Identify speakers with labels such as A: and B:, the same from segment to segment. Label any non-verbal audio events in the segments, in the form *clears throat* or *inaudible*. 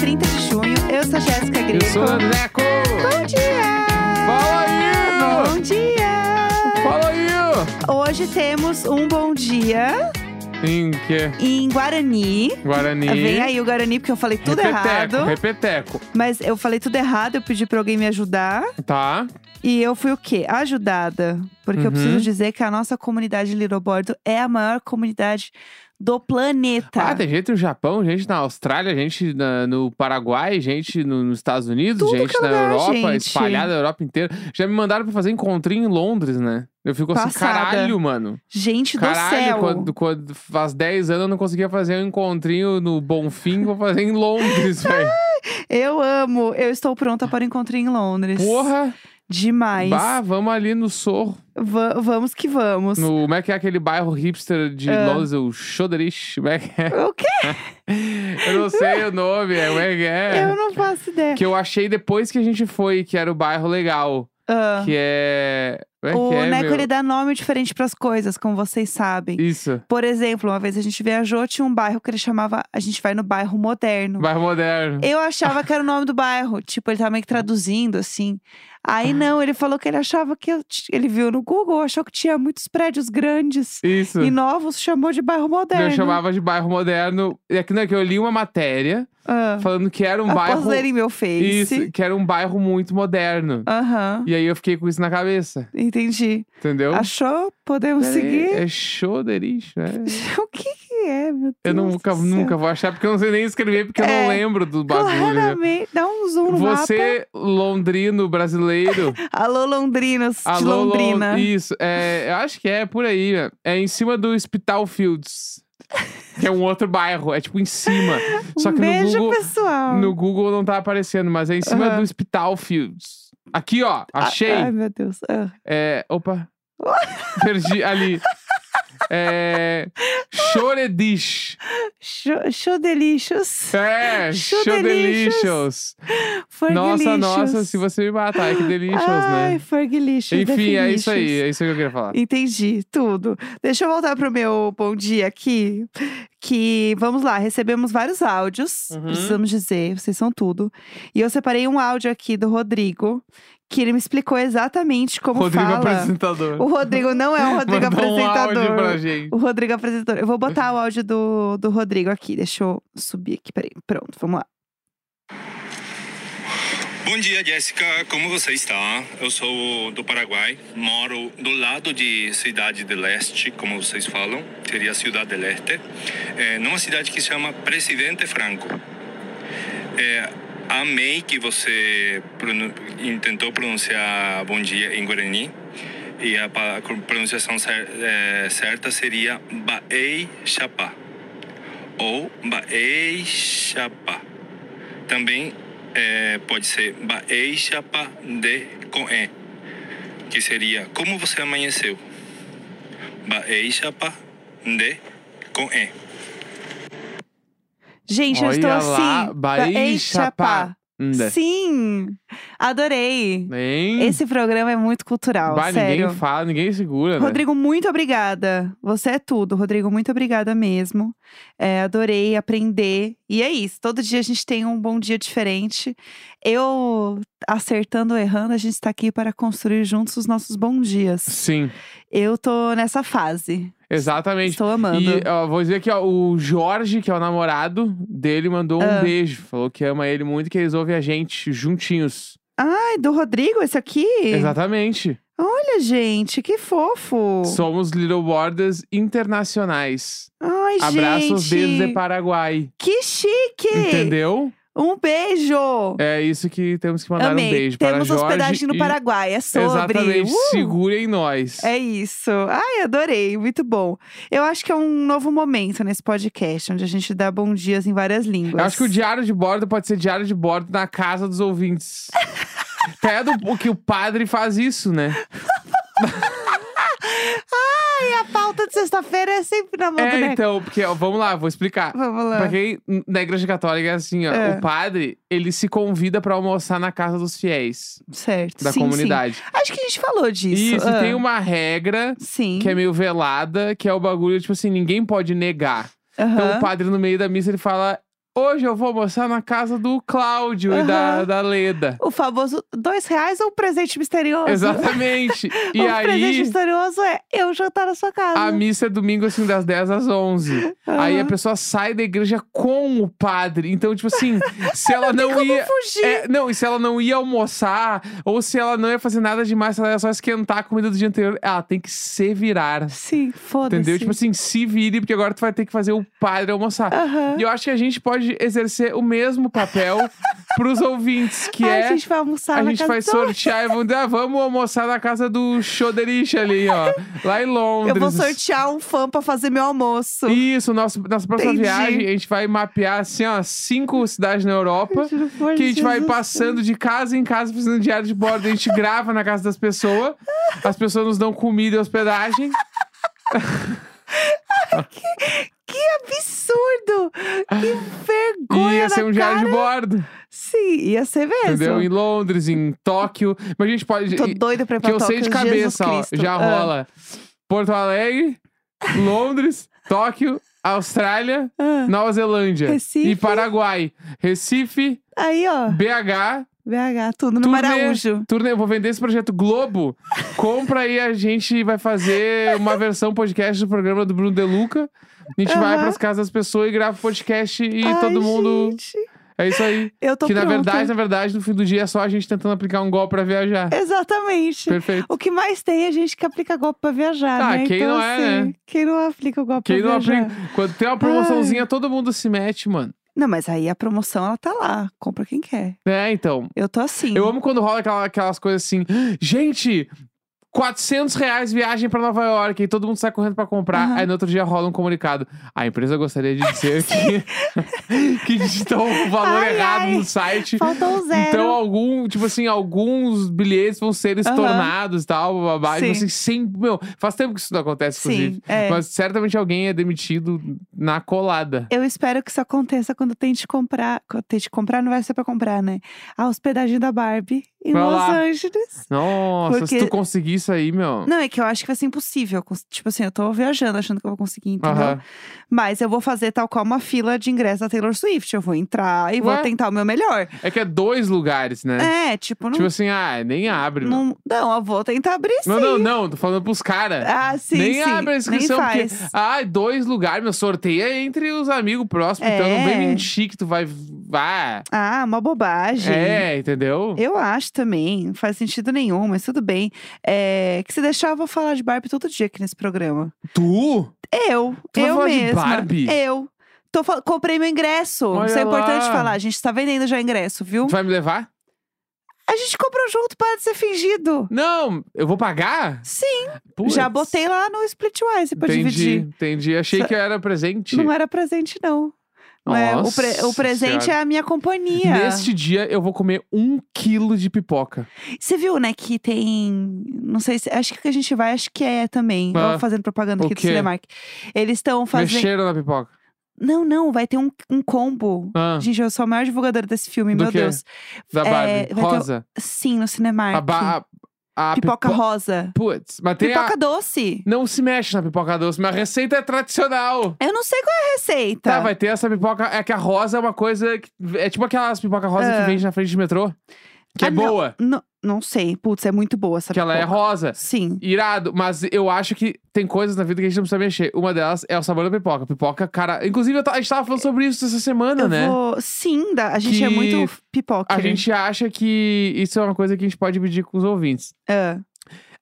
A: 30 é de junho. Eu sou Jéssica
B: Eu sou o
A: Greco.
B: Neco!
A: Bom dia!
B: Fala aí!
A: Bom dia!
B: Fala aí!
A: Hoje temos um bom dia
B: Em que?
A: em Guarani.
B: Guarani.
A: Vem aí o Guarani, porque eu falei tudo
B: repeteco,
A: errado.
B: Repeteco.
A: Mas eu falei tudo errado, eu pedi pra alguém me ajudar.
B: Tá?
A: E eu fui o quê? Ajudada. Porque eu
B: Uhum.
A: preciso dizer que a nossa comunidade Little Bordo é a maior comunidade do planeta.
B: Ah, tem gente no Japão, gente na Austrália, gente na- no Paraguai, gente no- nos Estados Unidos,
A: Tudo
B: gente
A: que é
B: na
A: lugar,
B: Europa,
A: gente.
B: espalhada na Europa inteira. Já me mandaram pra fazer encontrinho em Londres, né? Eu fico
A: Passada.
B: assim, caralho, mano.
A: Gente do
B: Caralho,
A: céu.
B: quando, quando faz 10 anos eu não conseguia fazer um encontrinho no Bonfim, vou fazer em Londres, *laughs* velho.
A: Eu amo. Eu estou pronta para o encontro em Londres.
B: Porra!
A: Demais.
B: Bah, vamos ali no Sorro.
A: Va- vamos que vamos.
B: No, como é que é aquele bairro hipster de
A: É.
B: Londres, o Choderish? Como é que é?
A: O quê?
B: Eu não sei o nome, é, como é que é?
A: *laughs* Eu não faço ideia.
B: Que eu achei depois que a gente foi, que era o bairro legal.
A: Ah,
B: Que é. Como é
A: o
B: que é,
A: Neco
B: meu?
A: ele dá nome diferente para as coisas, como vocês sabem.
B: Isso,
A: Por exemplo, uma vez a gente viajou, tinha um bairro que ele chamava. A gente vai no bairro moderno.
B: bairro moderno.
A: Eu achava que era o nome do bairro. Tipo, ele tava meio que traduzindo, assim. Aí não, ele falou que ele achava que. eu ti- ele viu no Google, achou que tinha muitos prédios grandes
B: Isso.
A: É, e novos, chamou de bairro moderno.
B: Eu chamava de bairro moderno. É que, não, é que eu li uma matéria
A: Ah,
B: falando que era um
A: após
B: bairro.
A: lerem meu face.
B: Isso, que era um bairro muito
A: Ah.
B: moderno.
A: Aham.
B: E aí eu fiquei com isso na cabeça,
A: Entendi.
B: entendeu?
A: Achou? Podemos
B: Peraí,
A: seguir?
B: É Choderish, né?
A: *laughs* O que que é, meu Deus?
B: Eu
A: do
B: nunca,
A: céu?
B: nunca vou achar, porque eu não sei nem escrever, porque eu
A: É,
B: não lembro do bagulho. né?
A: Claramente. Dá um zoom no mapa.
B: Você,
A: *laughs*
B: londrino, brasileiro.
A: Alô, Londrinas. de
B: alô, Lon-
A: Londrina.
B: Isso, é, eu acho que é por aí. né? É em cima do Hospital Fields, que é um outro bairro. É tipo em
A: *laughs*
B: cima. Só
A: um
B: que
A: beijo,
B: no, Google,
A: pessoal.
B: no Google não tá aparecendo, mas é em cima
A: Aham.
B: do Hospital Fields. Aqui, ó, achei.
A: Ai, meu Deus. Ah.
B: É, opa. Perdi ali.
A: *laughs*
B: É. Choredish.
A: Show, show delicious.
B: É,
A: Show
B: Chodelicious. Nossa, nossa, se você me matar, é que delicious,
A: Ai,
B: né?
A: Fergalicious.
B: Enfim, é isso aí,
A: definitions.
B: é isso que eu queria falar.
A: Entendi tudo. Deixa eu voltar pro meu bom dia aqui. Que vamos lá, recebemos vários áudios,
B: Uhum.
A: precisamos dizer, vocês são tudo. E eu separei um áudio aqui do Rodrigo, que ele me explicou exatamente como
B: Rodrigo
A: fala.
B: apresentador.
A: O Rodrigo não
B: *laughs*
A: é o Rodrigo
B: Mandou Um áudio
A: apresentador.
B: pra gente.
A: O Rodrigo apresentador. Eu vou botar o áudio do, do Rodrigo aqui. Deixa eu subir aqui. Peraí. Pronto, vamos lá.
C: Bom dia, Jéssica. Como você está? Eu sou do Paraguai. Moro do lado de Cidade de Leste, como vocês falam. Seria Cidade de Leste. É, numa cidade que se chama Presidente Franco. É, amei que você pronu- tentou pronunciar bom dia em Guarani. E a pa- pronunciação cer- é, certa seria Baei Chapá. Ou Baei Chapá. Também eh, pode ser Baeixapa de Coen, que seria Como Você Amanheceu. Baeixapa de Coen.
A: Gente, eu
B: Olha
A: estou
B: lá,
A: assim.
B: Bahia
A: Ei,
B: e Chapá. Hum,
A: Sim! Adorei!
B: Hein?
A: Esse programa é muito cultural,
B: Bah,
A: sério.
B: Hum. ninguém fala, ninguém segura, né?
A: Rodrigo, muito obrigada. Você é tudo, Rodrigo. Muito obrigada mesmo. É, adorei aprender. E é isso. Todo dia a gente tem um bom dia diferente. Eu acertando ou errando, a gente está aqui para construir juntos os nossos bons dias.
B: Sim,
A: Eu tô nessa fase.
B: exatamente.
A: Estou amando.
B: E ó, vou dizer aqui, ó, o Jorge, que é o namorado dele, mandou um
A: Ah.
B: beijo. Falou que ama ele muito e que eles ouvem a gente juntinhos.
A: Ai, do Rodrigo, esse aqui?
B: Exatamente.
A: Olha, gente, que fofo.
B: Somos Little Borders internacionais.
A: Ai,
B: Abraços
A: gente.
B: desde Paraguai.
A: Que chique!
B: Entendeu?
A: Um beijo!
B: É isso que temos que mandar
A: Amei.
B: um beijo para
A: Temos
B: Jorge.
A: hospedagem no
B: e-
A: Paraguai, é sobre.
B: Exatamente.
A: Uh!
B: Segurem nós.
A: É isso. Ai, adorei. Muito bom. Eu acho que é um novo momento nesse podcast, onde a gente dá bom dias em várias línguas.
B: Eu acho que o diário de bordo pode ser diário de bordo na casa dos ouvintes.
A: *laughs*
B: Até do, que o padre faz isso, né?
A: Ai, a pauta de sexta-feira é sempre na mão do
B: é,
A: Neco.
B: então, porque, ó, vamos lá, vou explicar.
A: Vamos lá.
B: Pra quem na igreja católica é assim, ó,
A: É.
B: o padre, ele se convida pra almoçar na casa dos fiéis
A: Certo.
B: da
A: sim,
B: comunidade.
A: Sim. Acho que a gente falou disso.
B: Isso,
A: Ah,
B: e tem uma regra
A: Sim.
B: que é meio velada, que é o bagulho, tipo assim, ninguém pode negar.
A: Aham.
B: Então o padre, no meio da missa, ele fala: Hoje eu vou almoçar na casa do Cláudio e da,
A: Aham.
B: da Leda.
A: O famoso dois reais ou um presente misterioso?
B: Exatamente. E
A: *laughs* o Um presente
B: aí,
A: misterioso é eu jantar na sua casa.
B: a missa é domingo, assim, das 10 às 11. Aí a
A: Aham.
B: pessoa sai da igreja com o padre. Então, tipo assim,
A: *laughs*
B: se ela não, ia.
A: fugir.
B: É, não, e se ela não ia almoçar, ou se ela não ia fazer nada demais, se ela ia só esquentar a comida do dia anterior, ela tem que se virar.
A: Sim, foda-se.
B: É Entendeu? Tipo assim, se vire, porque agora tu vai ter que fazer o padre almoçar.
A: Aham.
B: E eu acho que a gente pode exercer o
A: *laughs*
B: mesmo papel pros ouvintes, que
A: Ai,
B: é.
A: a gente vai almoçar
B: A
A: na
B: gente
A: casa
B: vai
A: do Tom.
B: sortear e vamos, dizer, ah, vamos almoçar na casa do Choderich ali, ó. Lá em Londres.
A: Eu vou sortear um fã pra fazer meu almoço.
B: Isso, nosso, nossa próxima
A: Entendi.
B: viagem, a gente vai mapear, assim, ó, cinco cidades na Europa.
A: Juro por
B: Que a gente vai
A: Jesus.
B: passando de casa em casa, fazendo diário de bordo. A gente grava na casa das pessoas. As pessoas nos dão comida e hospedagem.
A: Que absurdo! Que
B: Ah. e
A: vergonha
B: ia ser
A: na
B: um diário de
A: cara.
B: bordo.
A: Sim, ia ser mesmo.
B: Entendeu? Em Londres, em Tóquio. Mas a gente pode.
A: Tô
B: e-
A: doida pra ir pra
B: que eu sei
A: Tóquio,
B: de
A: Jesus
B: cabeça, ó.
A: Cristo.
B: Já
A: Ah.
B: rola. Porto Alegre,
A: *laughs*
B: Londres, Tóquio, Austrália,
A: Ah.
B: Nova Zelândia.
A: Recife.
B: E Paraguai. Recife,
A: Aí, ó.
B: BH,
A: BH, tudo no
B: Turnê.
A: Maraújo.
B: Turnê, eu vou vender esse projeto Globo. Compra aí, a gente vai fazer uma versão podcast do programa do Bruno De Luca. A gente vai
A: Aham.
B: pras casas das pessoas e grava o podcast e
A: Ai,
B: todo mundo.
A: gente,
B: É isso aí.
A: eu tô
B: que na
A: pronta.
B: verdade, na verdade, no fim do dia é só a gente tentando aplicar um golpe pra
A: É,
B: viajar.
A: Exatamente.
B: Perfeito.
A: O que mais tem é gente que aplica golpe pra viajar,
B: Ah,
A: né?
B: quem
A: então,
B: não é,
A: assim,
B: né?
A: Quem não aplica o golpe
B: Quem
A: pra
B: não
A: viajar?
B: aplica. Quando tem uma promoçãozinha, todo mundo se mete, mano.
A: Não, mas aí a promoção, ela tá lá. Compra quem quer.
B: É, então.
A: Eu tô assim.
B: Eu amo quando rola aquela- aquelas coisas assim. Gente, 400 reais viagem pra Nova York e todo mundo sai correndo pra comprar.
A: Aham.
B: Aí no outro dia rola um comunicado. A empresa gostaria de
A: *laughs*
B: dizer que, que *laughs* digitou o valor
A: Ai,
B: errado
A: ai.
B: no site. *laughs*
A: Faltou um zero.
B: Então, algum, tipo assim, alguns bilhetes vão ser estornados e tal, bababá. E
A: Sim.
B: você sempre. Meu, faz tempo que isso não acontece, inclusive.
A: Sim, é.
B: Mas certamente alguém é demitido na colada.
A: Eu espero que isso aconteça quando tente comprar. Quando tente comprar, não vai ser pra comprar, né? A hospedagem da Barbie em
B: Vai
A: Los
B: lá.
A: Angeles.
B: Nossa, se tu
A: Porque-
B: conseguir isso aí, meu.
A: Não, é que eu acho que vai ser impossível. cons- Tipo assim, eu tô viajando achando que eu vou conseguir, entendeu?
B: Aham.
A: Mas eu vou fazer tal qual uma fila de ingresso da Taylor Swift. Eu vou entrar e
B: Ué?
A: vou tentar o meu melhor.
B: É que é dois lugares, né?
A: É, tipo, não.
B: Tipo assim, ah, nem abre. meu.
A: não, não, eu vou tentar abrir sim.
B: não, não, não, tô falando pros caras.
A: Ah, sim,
B: nem
A: sim.
B: abre a inscrição,
A: Nem
B: porque.
A: faz.
B: Ah, dois lugares, meu sorteio é entre os amigos próximos, então não
A: É.
B: vem mentir que tu vai. Ah,
A: Ah, uma bobagem.
B: é, entendeu? *laughs*
A: Eu acho também, não faz sentido nenhum, mas tudo bem. É, que se deixar, eu vou falar de Barbie todo dia aqui nesse programa.
B: Tu?
A: Eu,
B: Tu vai
A: eu
B: falar de
A: mesma.
B: Barbie?
A: Eu. Tô fal- comprei meu ingresso.
B: Olha
A: Isso é importante
B: lá.
A: falar. A gente tá vendendo já ingresso, viu?
B: Tu vai me levar?
A: A gente comprou junto para de ser fingido.
B: Não, eu vou pagar?
A: Sim,
B: Putz.
A: já botei lá no Splitwise pra
B: entendi,
A: dividir.
B: Entendi, achei
A: Sa-
B: que era presente.
A: Não era presente, não. Não é, o, pre- o
B: Nossa
A: presente
B: Senhora.
A: é a minha companhia.
B: Neste dia eu vou comer um quilo de pipoca.
A: Você viu, né, que tem. Não sei se. Acho que o que a gente vai, acho que é também.
B: Ah,
A: Ó, fazendo propaganda
B: o
A: aqui do
B: quê?
A: Cinemark. Eles estão fazendo.
B: Mexeram na pipoca.
A: Não, não, vai ter um, um combo.
B: Ah,
A: Gente, eu sou a maior divulgadora desse filme,
B: Do
A: meu
B: quê?
A: Deus.
B: da
A: é,
B: Barbie.
A: vai ter o-
B: Rosa.
A: Sim, no Cinemark.
B: A, ba a, a
A: Pipoca
B: pipo-
A: rosa.
B: Putz, mas tem
A: Pipoca
B: a...
A: doce.
B: Não se mexe na pipoca doce, mas a receita é tradicional.
A: Eu não sei qual é a receita.
B: Tá. vai ter essa pipoca. É que a rosa é uma coisa. Que, é tipo aquelas pipoca rosa
A: Ah.
B: que vende na frente de metrô. Que é
A: Ah, não.
B: boa.
A: Não, não sei. Putz, é muito boa essa
B: Que ela é
A: pipoca.
B: rosa.
A: Sim.
B: Irado, mas eu acho que tem coisas na vida que a gente não precisa mexer. Uma delas é o sabor da pipoca. Pipoca, cara. Inclusive, eu ta- a gente tava falando sobre isso essa semana,
A: Eu
B: né?
A: vou... Sim, da- a gente é
B: Que
A: muito pipoca.
B: A gente acha que isso é uma coisa que a gente pode dividir com os ouvintes.
A: Ah.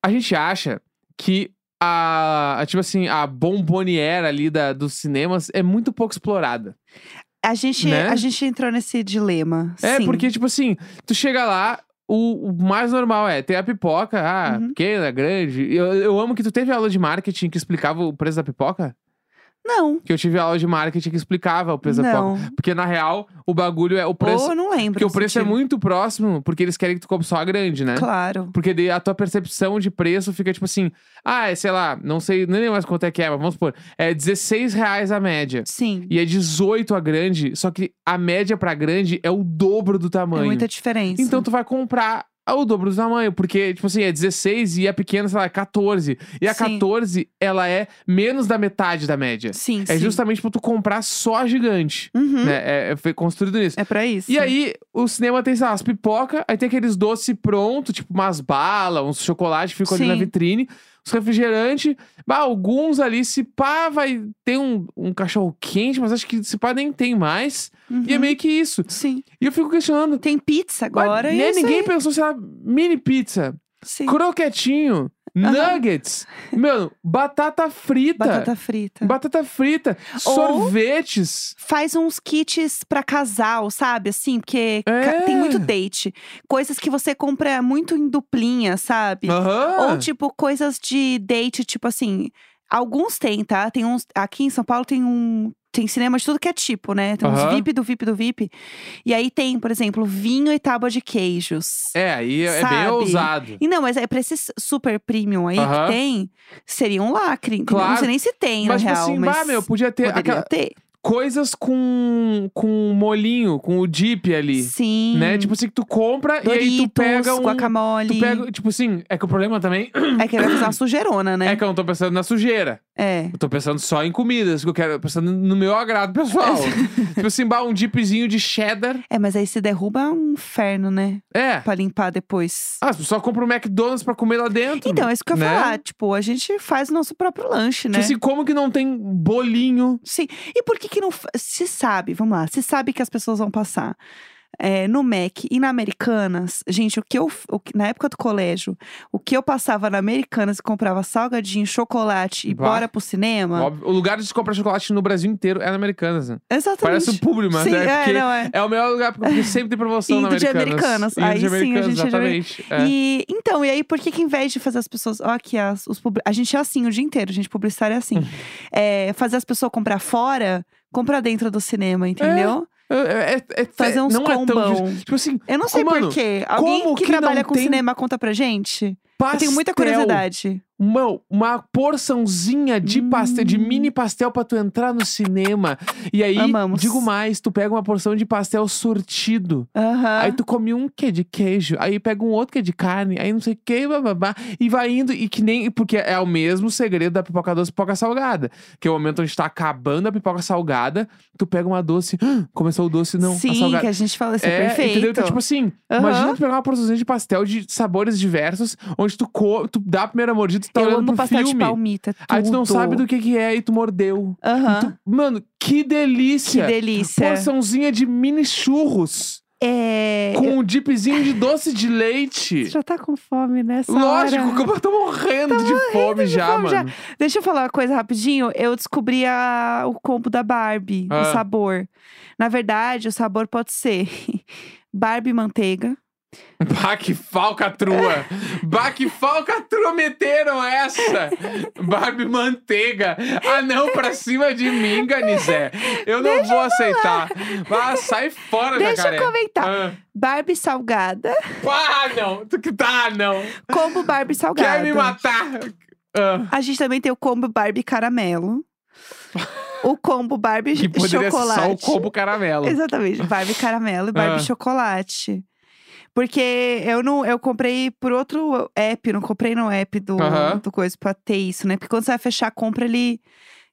B: A gente acha que a, a, tipo assim, a bomboniera ali da, dos cinemas é muito pouco explorada.
A: A gente,
B: Né?
A: a gente entrou nesse dilema.
B: É,
A: sim.
B: porque, tipo assim, tu chega lá, o, o mais normal é ter a pipoca, ah,
A: Uhum.
B: pequena, grande. Eu, eu amo que tu teve aula de marketing que explicava o preço da pipoca.
A: Não.
B: Que eu tive aula de marketing que explicava o preço da pipoca.
A: Não.
B: Porque, na real, o bagulho é o preço.
A: Ou eu não lembro.
B: porque o
A: se
B: preço é
A: tive.
B: muito próximo, porque eles querem que tu compre só a grande, né?
A: Claro.
B: Porque daí a tua percepção de preço fica tipo assim, ah, é, sei lá, não sei nem lembro mais quanto é que é, mas vamos supor, é 16 reais a média.
A: Sim.
B: E é 18 a grande, só que a média pra grande é o dobro do
A: É
B: tamanho.
A: muita diferença.
B: então tu vai comprar o dobro do tamanho, porque, tipo assim, é 16 e a pequena, sei lá, é 14. E a
A: Sim.
B: 14, ela é menos da metade da média.
A: Sim,
B: É
A: sim.
B: justamente pra tu comprar só a gigante.
A: Uhum.
B: né? É, é- foi construído nisso.
A: É pra isso.
B: E aí, o cinema tem, sei lá, as pipoca, aí tem aqueles doces prontos, tipo umas balas, uns chocolates que ficam ali na
A: Sim.
B: vitrine, os refrigerantes. Bah, alguns ali, se pá, vai ter um, um cachorro quente, mas acho que se pá nem tem mais.
A: Uhum.
B: E é meio que isso.
A: Sim.
B: E eu fico questionando.
A: Tem pizza agora
B: mas,
A: e
B: né,
A: é isso
B: ninguém
A: aí.
B: pensou, sei lá, mini pizza,
A: Sim.
B: croquetinho, nuggets, mano, batata frita.
A: Batata frita.
B: batata frita,
A: Ou-
B: sorvetes.
A: Faz uns kits pra casal, sabe? Assim, porque
B: É.
A: ca- tem muito date. Coisas que você compra muito em duplinha, sabe?
B: Aham.
A: Ou, tipo, coisas de date, tipo assim. Alguns tem, tá? Tem uns. Aqui em São Paulo tem um. Tem cinema de tudo que é tipo, né? Tem uns
B: Aham.
A: VIP do VIP do VIP. E aí tem, por exemplo, vinho e tábua de queijos.
B: É, aí é bem
A: Sabe?
B: ousado.
A: E não, mas é pra esse super premium aí
B: Aham.
A: que tem, seria um lacre. entendeu?
B: Claro.
A: Não sei nem se tem,
B: Mas,
A: na
B: tipo
A: real.
B: assim,
A: mas
B: bah, meu, podia ter
A: poderia
B: aquela-
A: ter.
B: coisas com, com molhinho, com o dip ali.
A: Sim.
B: Né? Tipo assim, que tu compra
A: Doritos,
B: e aí tu pega um.
A: guacamole.
B: Tu pega, tipo assim, é que o problema também *clears throat*
A: É que vai fazer
B: *coughs*
A: uma sujeirona, né?
B: é que eu não tô pensando na sujeira.
A: É.
B: Eu tô pensando só em comidas, que eu quero, pensando no meu
A: *laughs*
B: agrado pessoal. tipo assim, bah, um dipzinho de cheddar.
A: É, mas aí se derruba é um inferno, né?
B: É.
A: Pra limpar depois.
B: Ah, as pessoas compram um McDonald's pra comer lá dentro.
A: Então, é isso que eu ia
B: né?
A: falar. Tipo, a gente faz o nosso próprio lanche, né?
B: Tipo assim, como que não tem bolinho?
A: Sim. E por que que não. fa- Se sabe, vamos lá, se sabe que as pessoas vão passar. é, no Mac e na Americanas, gente, o que eu. f- o que- na época do colégio, o que eu passava na Americanas e comprava salgadinho, chocolate e
B: Bah.
A: bora pro cinema.
B: Óbvio, o lugar de se comprar chocolate no Brasil inteiro é na Americanas. né?
A: Exatamente.
B: Parece um público, mas
A: Sim,
B: é porque
A: não, é.
B: É o melhor lugar, porque sempre tem promoção na
A: Indo de
B: Americanas.
A: Americanas.
B: Indo
A: Aí
B: de
A: sim, a
B: Americanas,
A: gente é de
B: exatamente. É.
A: E então, e aí, por que que em vez de fazer as pessoas. Ó, aqui, as, os publi- a gente é assim o dia inteiro, gente, publicitário é
B: *laughs*
A: assim. É, fazer as pessoas comprar fora, comprar dentro do cinema, entendeu?
B: É- é- é-
A: Fazer uns
B: não é tão
A: combão.
B: difícil. Tipo assim,
A: Eu não sei
B: Mano,
A: por quê. Alguém
B: como
A: que,
B: que não
A: trabalha com
B: tem
A: cinema conta pra gente?
B: pastel.
A: Eu tenho muita curiosidade.
B: Uma, uma porçãozinha de pastel, de
A: Hum.
B: mini pastel pra tu entrar no cinema. E aí,
A: Amamos.
B: digo mais, tu pega uma porção de pastel surtido.
A: Aham.
B: Aí tu come um que é de queijo, aí pega um outro que é de carne, aí não sei o que, bababá, e vai indo, e que nem. Porque é o mesmo segredo da pipoca doce e pipoca salgada. Que é o momento onde tá acabando a pipoca salgada, tu pega uma doce, "Ah, começou o doce, não, a
A: Sim,
B: salgada.
A: que a gente fala, isso é, perfeito.
B: entendeu? Então, tipo assim,
A: Aham.
B: imagina tu pegar uma porçãozinha de pastel de sabores diversos, onde tu, co tu dá a primeira mordida, tu tá
A: eu
B: olhando
A: amo
B: pro
A: pastel
B: filme.
A: de palmita.
B: aí tu não
A: tudo.
B: sabe do que que é e tu mordeu.
A: Aham.
B: Tu- mano, que é.
A: Que
B: delícia!
A: delícia.
B: Porçãozinha de mini churros.
A: É.
B: Com um dipzinho de doce de
A: Você *laughs*
B: leite.
A: já tá com fome, né?
B: Lógico, que eu tô morrendo de fome
A: Tá de
B: já,
A: fome já.
B: mano.
A: Deixa eu falar uma coisa rapidinho. Eu descobri a- o combo da Barbie,
B: Ah.
A: o sabor. Na verdade, o sabor pode ser *laughs* Barbie manteiga.
B: Bah, que falcatrua. bah, que falcatrua meteram essa. Barbie manteiga. Ah, não, pra cima de mim, Ganizé. Eu não vou aceitar. Ah, sai fora,
A: Deixa
B: jacaré.
A: eu comentar.
B: Ah,
A: Barbie salgada.
B: ah, não. Tu que tá, não.
A: Combo Barbie salgada.
B: *laughs* Quer me matar. Ah,
A: A gente também tem o combo Barbie
B: *laughs*
A: caramelo. o combo Barbie
B: que poderia
A: chocolate.
B: ser só o combo caramelo.
A: Exatamente, Barbie caramelo e
B: Ah.
A: Barbie chocolate. Porque eu não, eu comprei por outro app, não comprei no app do,
B: Aham.
A: do coisa pra ter isso, né? Porque quando você vai fechar a compra, ele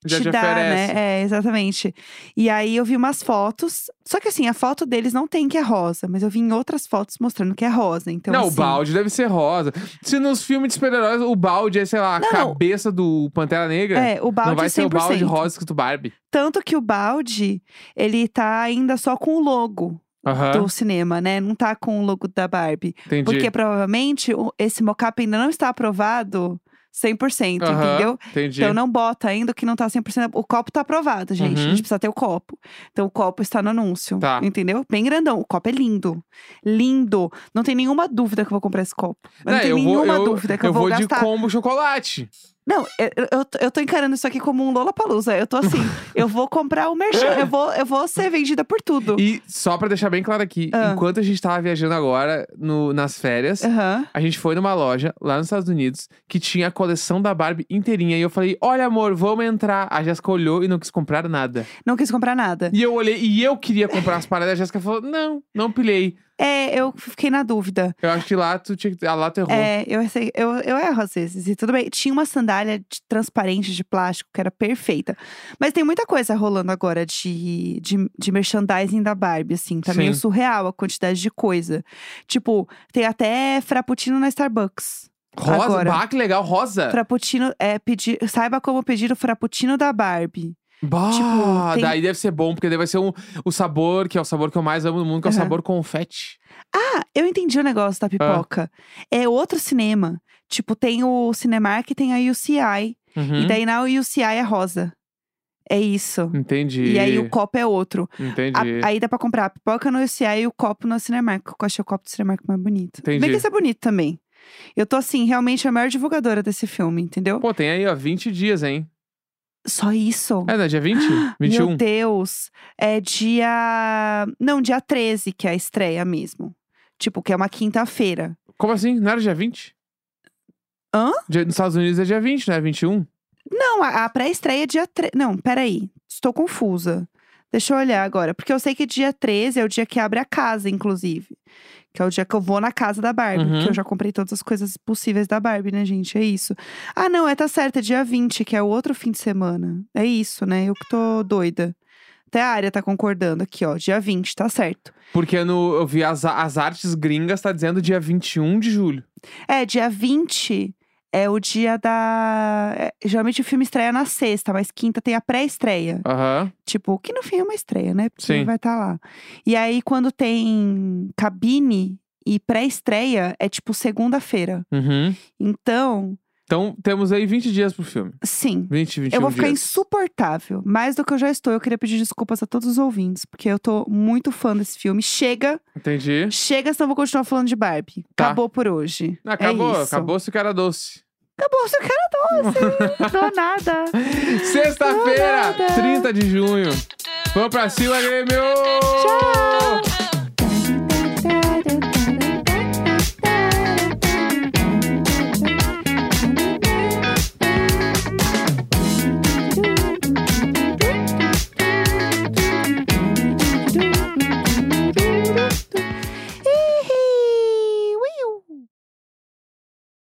B: Já
A: te,
B: te
A: dá,
B: oferece.
A: né? É, exatamente. E aí eu vi umas fotos. Só que assim, a foto deles não tem que é rosa, mas eu vi em outras fotos mostrando que é rosa. Então,
B: não,
A: assim,
B: o balde deve ser rosa. Se nos filmes de super-heróis o balde é, sei lá, a
A: Não, não.
B: cabeça do Pantera Negra,
A: É, o balde
B: não vai
A: é 100%.
B: ser o balde rosa escrito Barbie.
A: Tanto que o balde, ele tá ainda só com o logo
B: Aham,
A: do cinema, né? Não tá com o logo da Barbie.
B: entendi.
A: Porque provavelmente o- esse mocap ainda não está aprovado 100%,
B: Aham,
A: entendeu?
B: Entendi.
A: Então não bota ainda o que não tá 100%. O copo tá aprovado, gente.
B: Uhum.
A: A gente precisa ter o copo. Então o copo está no anúncio,
B: Tá.
A: entendeu? Bem grandão. O copo é lindo. Lindo. Não tem nenhuma dúvida que eu vou comprar esse copo. Eu não
B: É,
A: tenho
B: eu vou-
A: nenhuma
B: eu-
A: dúvida que eu, vou
B: de
A: gastar.
B: combo chocolate.
A: Não, eu, eu, eu tô encarando isso aqui como um Lollapalooza. Eu tô assim, eu vou comprar o merchan. Eu vou, eu vou ser vendida por tudo.
B: E só pra deixar bem claro aqui,
A: Ah.
B: enquanto a gente tava viajando agora no- nas férias,
A: Aham.
B: a gente foi numa loja lá nos Estados Unidos que tinha a coleção da Barbie inteirinha. E eu falei, olha amor, vamos entrar. A Jéssica olhou e não quis comprar nada.
A: Não quis comprar nada.
B: E eu olhei, e eu queria comprar as paradas. A Jéssica falou, não, não pilhei.
A: É, eu fiquei na dúvida.
B: Eu acho que lá tu tinha que. Ah, lá tu errou.
A: É, eu, sei- eu, eu erro às vezes, e tudo bem. Tinha uma sandália de- transparente de plástico que era perfeita. Mas tem muita coisa rolando agora de, de, de merchandising da Barbie, assim. Tá meio
B: Sim.
A: surreal a quantidade de coisa. Tipo, tem até frappuccino na Starbucks.
B: rosa.
A: agora.
B: Bah, que legal, rosa.
A: Frappuccino é pedir. Saiba como pedir o frappuccino da Barbie.
B: Bah,
A: tipo, tem-
B: daí deve ser bom, porque daí vai ser um, o sabor, que é o sabor que eu mais amo no mundo, que é o
A: Aham.
B: sabor confete.
A: Ah, eu entendi o negócio
B: Ah.
A: da pipoca. É outro cinema. Tipo, tem o Cinemark e tem a UCI.
B: Uhum.
A: E daí na UCI é rosa. É isso.
B: Entendi.
A: E aí o copo é outro. A-
B: Entendi.
A: aí dá pra comprar a pipoca no UCI e o copo no Cinemark. que Eu achei o copo do Cinemark mais bonito.
B: Entendi.
A: Bem que esse é bonito também. Eu tô, assim, realmente a maior divulgadora desse filme, entendeu?
B: Pô, tem aí, ó, 20 dias, hein?
A: Só isso.
B: É, né? Dia 20?
A: *gasps*
B: 21?
A: Meu Deus. É dia. Não, dia 13, que é a estreia mesmo. Tipo, que é uma quinta-feira.
B: Como assim? Não era dia 20?
A: Hã?
B: Dia- nos Estados Unidos é dia 20, não é 21?
A: Não, a, a pré-estreia é dia 13. Não, peraí. Estou confusa. Deixa eu olhar agora. Porque eu sei que dia 13 é o dia que abre a casa, inclusive. Que é o dia que eu vou na casa da Barbie.
B: Uhum.
A: Porque eu já comprei todas as coisas possíveis da Barbie, né, gente? É isso. Ah, não, é tá certo. É dia 20, que é o outro fim de semana. É isso, né? Eu que tô doida. Até a área tá concordando aqui, ó. Dia 20, tá certo.
B: Porque no, eu vi as, as artes gringas, tá dizendo dia 21 de julho.
A: É, dia 20 é o dia da. é, geralmente o filme estreia na sexta, mas quinta tem a pré-estreia.
B: Aham.
A: Tipo, que no fim é uma estreia, né? Porque
B: Sim.
A: vai estar lá. E aí, quando tem cabine e pré-estreia, é tipo segunda-feira.
B: Uhum.
A: Então,
B: Então, temos aí 20 dias pro filme.
A: sim.
B: 20, 21
A: Eu vou ficar
B: dias.
A: insuportável, mais do que eu já estou. Eu queria pedir desculpas a todos os ouvintes, porque eu tô muito fã desse filme. Chega,
B: Entendi.
A: chega, senão eu vou continuar falando de Barbie.
B: Tá.
A: Acabou por hoje. É
B: Acabou,
A: isso.
B: acabou-se o cara doce.
A: Acabou, seu cara doce. Não nada.
B: Sexta-feira,
A: Nada.
B: 30 de junho. Vamos pra cima, Grêmio!
A: Tchau.